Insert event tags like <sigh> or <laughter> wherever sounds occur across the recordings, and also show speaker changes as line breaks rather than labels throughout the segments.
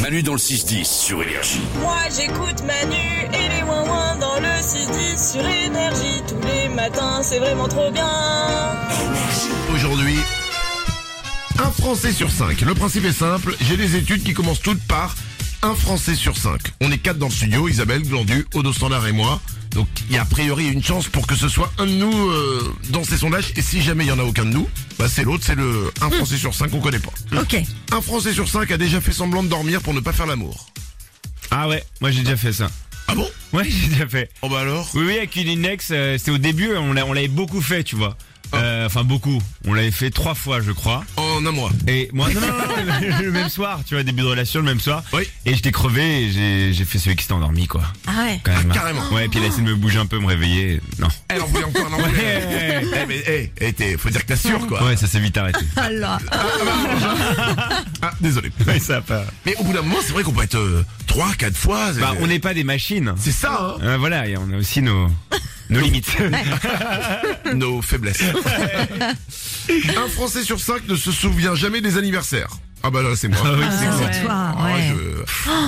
Manu dans le 6-10 sur Énergie.
Moi j'écoute Manu et les Wanwan dans le 6-10 sur énergie tous les matins, c'est vraiment trop bien.
Aujourd'hui, un Français sur cinq. Le principe est simple, j'ai des études qui commencent toutes par un Français sur cinq. On est quatre dans le studio, Isabelle, Glandu, Odo Standard et moi. Donc il y a a priori une chance pour que ce soit un de nous euh, dans ces sondages. Et si jamais il y en a aucun de nous, bah c'est l'autre, c'est le un Français sur cinq qu'on connaît pas.
Ok.
Un Français sur cinq a déjà fait semblant de dormir pour ne pas faire l'amour.
Ah ouais, moi j'ai déjà fait ça.
Ah bon
Ouais, <laughs> j'ai déjà fait.
Oh bah alors
Oui, oui, avec une Inex, euh, c'était au début, on l'a- on l'avait beaucoup fait, tu vois. Euh, Enfin, beaucoup. On l'avait fait trois fois, je crois.
En un mois.
Et moi, non, non, non, non, le même soir, tu vois, début de relation, le même soir.
Oui.
Et j'étais crevé et j'ai- j'ai fait celui qui s'est endormi, quoi.
Ah ouais.
Quand même.
carrément.
Ouais, et puis il a essayé de me bouger un peu, me réveiller. Non.
Elle en voulait
<laughs>
encore, elle en voulait. Eh, mais, eh, eh, t'es- faut dire que t'as sûr quoi.
Ouais, ça s'est vite arrêté.
Ah là.
Ah, désolé.
<laughs> ouais, ça a pas.
Mais au bout d'un moment, c'est vrai qu'on peut être euh, trois, quatre fois. c'est-
Bah, on n'est pas des machines.
C'est ça,
Euh, voilà, et on a aussi nos,
<laughs>
nos limites.
hein, nos faiblesses. un Français sur cinq ne se souvient jamais des anniversaires. Ah bah là, c'est moi.
Ah oui,
C'est moi.
c'est toi,
Ah,
ouais.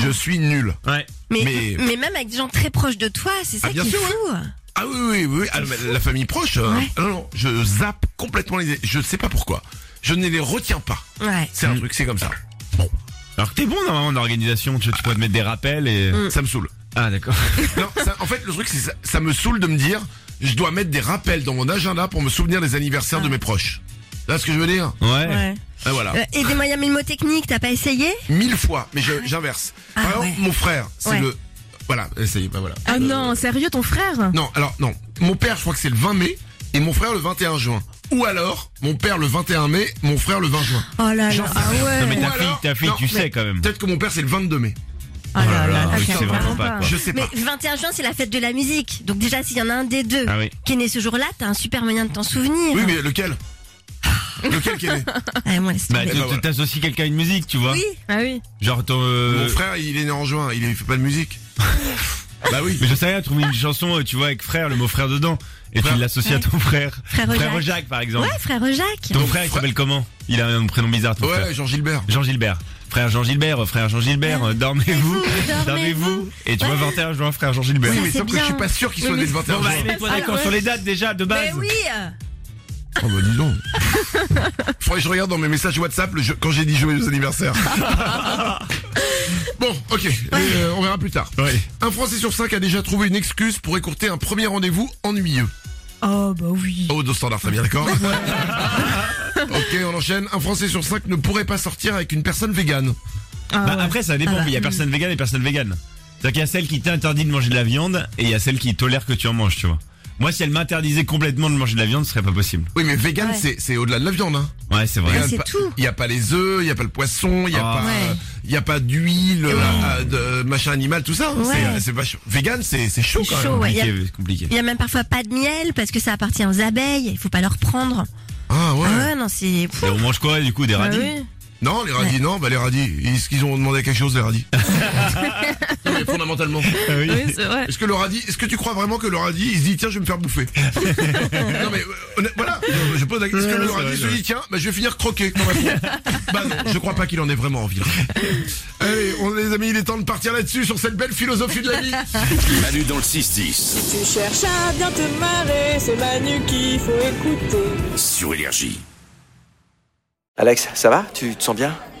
je, je suis nul.
ouais.
Mais,
Mais-
mais... même avec des gens très proches de toi, c'est
Ah,
ça qui
bien
est
sûr,
fou.
Ah oui, oui, oui, oui, ah, mais la famille proche. hein.
Ouais.
Ah Non, non, je zappe complètement les. Je sais pas pourquoi. Je ne les retiens pas.
Ouais.
C'est un
Mm.
truc, c'est comme ça. Bon,
Alors que t'es bon normalement en organisation, tu, vois, tu peux te mettre des rappels et.
Mm.
ça me saoule.
Ah d'accord.
Non, ça- en fait, le truc, c'est ça, ça me saoule de me dire, je dois mettre des rappels dans mon agenda pour me souvenir des anniversaires de mes proches. Là, ce que je veux dire
Ouais.
Ouais.
Et voilà.
Euh, et des moyens mnémotechniques, t'as pas essayé
Mille fois, mais je- j'inverse. Par
Ah
exemple,
ouais.
mon frère, c'est
Ouais.
le... Voilà, essayez, bah voilà.
Ah non, sérieux, ton frère
Non, alors, non. Mon père, je crois que c'est le 20 mai, et mon frère le 21 juin. Ou alors, mon père le 21 mai, mon frère le 20 juin.
Oh là là. Ah ouais.
Non mais ta
Ou
fille,
alors-
ta fille,
non,
tu
mais-
sais quand même.
Peut-être que mon père, c'est le 22 mai.
Oh là là.
Hmm. Ah oui,
d'accord.
c'est vraiment
vraiment
pas
pas.
quoi.
Je sais
Mais
pas.
21 juin, c'est la fête de la musique. Donc déjà, s'il y en a un des deux
Ah oui.
qui est né ce jour-là, t'as un super moyen de t'en souvenir.
Oui, mais lequel Lequel qui est né
Allez, moi, laisse
Bah
tomber.
bah, voilà.
tu t'associes quelqu'un à une musique, tu vois.
oui.
Ah oui.
Genre ton. euh,
Mon frère, il est né en juin, il est- il fait pas de musique. bah oui.
Mais je sais rien, trouver une chanson, euh, tu vois, avec frère, le mot frère dedans, et
Frère.
tu l'associes à ton frère.
Frère Jacques.
Jacques, par exemple.
Ouais, frère Jacques.
Ton frère, il s'appelle comment Il a un prénom bizarre, ton frère.
Ouais, Jean Gilbert.
Jean Gilbert. Frère Jean Gilbert, euh, frère Jean Gilbert, euh, <laughs> dormez-vous,
Dormez-vous.
dormez-vous. Et tu vois, 21 juin, frère Jean Gilbert.
Oui, euh,
Ça,
mais
c'est
sauf que je
bien.
suis pas sûr qu'il soit né le 21
Bon, bah,
juin.
mets-toi
Ah,
d'accord
ouais.
sur les dates déjà, de
Mais
base.
oui.
Oh bah dis donc. <laughs> Faudrait que je regarde dans mes messages WhatsApp le jeu- quand j'ai dit joyeux anniversaire. bon, ok, euh, on verra plus tard.
Ouais.
Un Français sur cinq a déjà trouvé une excuse pour écourter un premier rendez-vous ennuyeux.
Oh bah oui.
Oh, de standard, très bien, d'accord <laughs> Ok, on enchaîne. Un Français sur cinq ne pourrait pas sortir avec une personne végane.
Ah
Bah,
ouais.
Après, ça dépend.
Ah bah.
Il y a personne vegan et personne vegan. C'est-à-dire qu'il y a celle qui t'interdit de manger de la viande et il y a celle qui tolère que tu en manges, tu vois. Moi, si elle m'interdisait complètement de manger de la viande, ce serait pas possible.
Oui, mais végane,
Ouais.
c'est- c'est au-delà de la viande. Hein.
Ouais, c'est vrai.
Végane,
Ah, c'est
pas-
tout.
Il n'y a pas les œufs, il n'y a pas le poisson, il n'y a,
Ah.
pas,
Ouais.
il y a pas d'huile, euh, de machin animal, tout ça. hein.
Ouais.
C'est- C'est pas chaud. Vegan, c'est c'est chaud
C'est
quand même.
chaud, ouais.
Compliqué,
Il y a-
c'est compliqué.
Il y a même parfois pas de miel parce que ça appartient aux abeilles. Il faut pas leur prendre.
Ah ouais.
Ah ouais, non, c'est.
Et on mange quoi, du coup, des
Ah
radis
oui.
Non, les radis, non, bah les radis, est-ce qu'ils ont demandé quelque chose les
<laughs>
radis Non, mais Fondamentalement.
Ah oui.
Oui, c'est vrai.
Est-ce que le radis, est-ce que tu crois vraiment que le radis, il se dit tiens, je vais me faire
<laughs>
bouffer Non mais euh, honnête- voilà, je- je pose la question. Est-ce que
Ouais,
le
c'est
radis
vrai,
se
c'est
dit tiens, bah, je vais finir croqué comme un con Bah non, je crois pas qu'il en ait vraiment
<laughs>
envie. le radis. Allez, on, les amis, il est temps de partir là-dessus sur cette belle philosophie de la vie.
Manu dans le 6-10
Tu cherches à bien te marrer, c'est Manu qu'il faut écouter.
sur Énergie.
Alex, ça va Tu te sens bien Euh,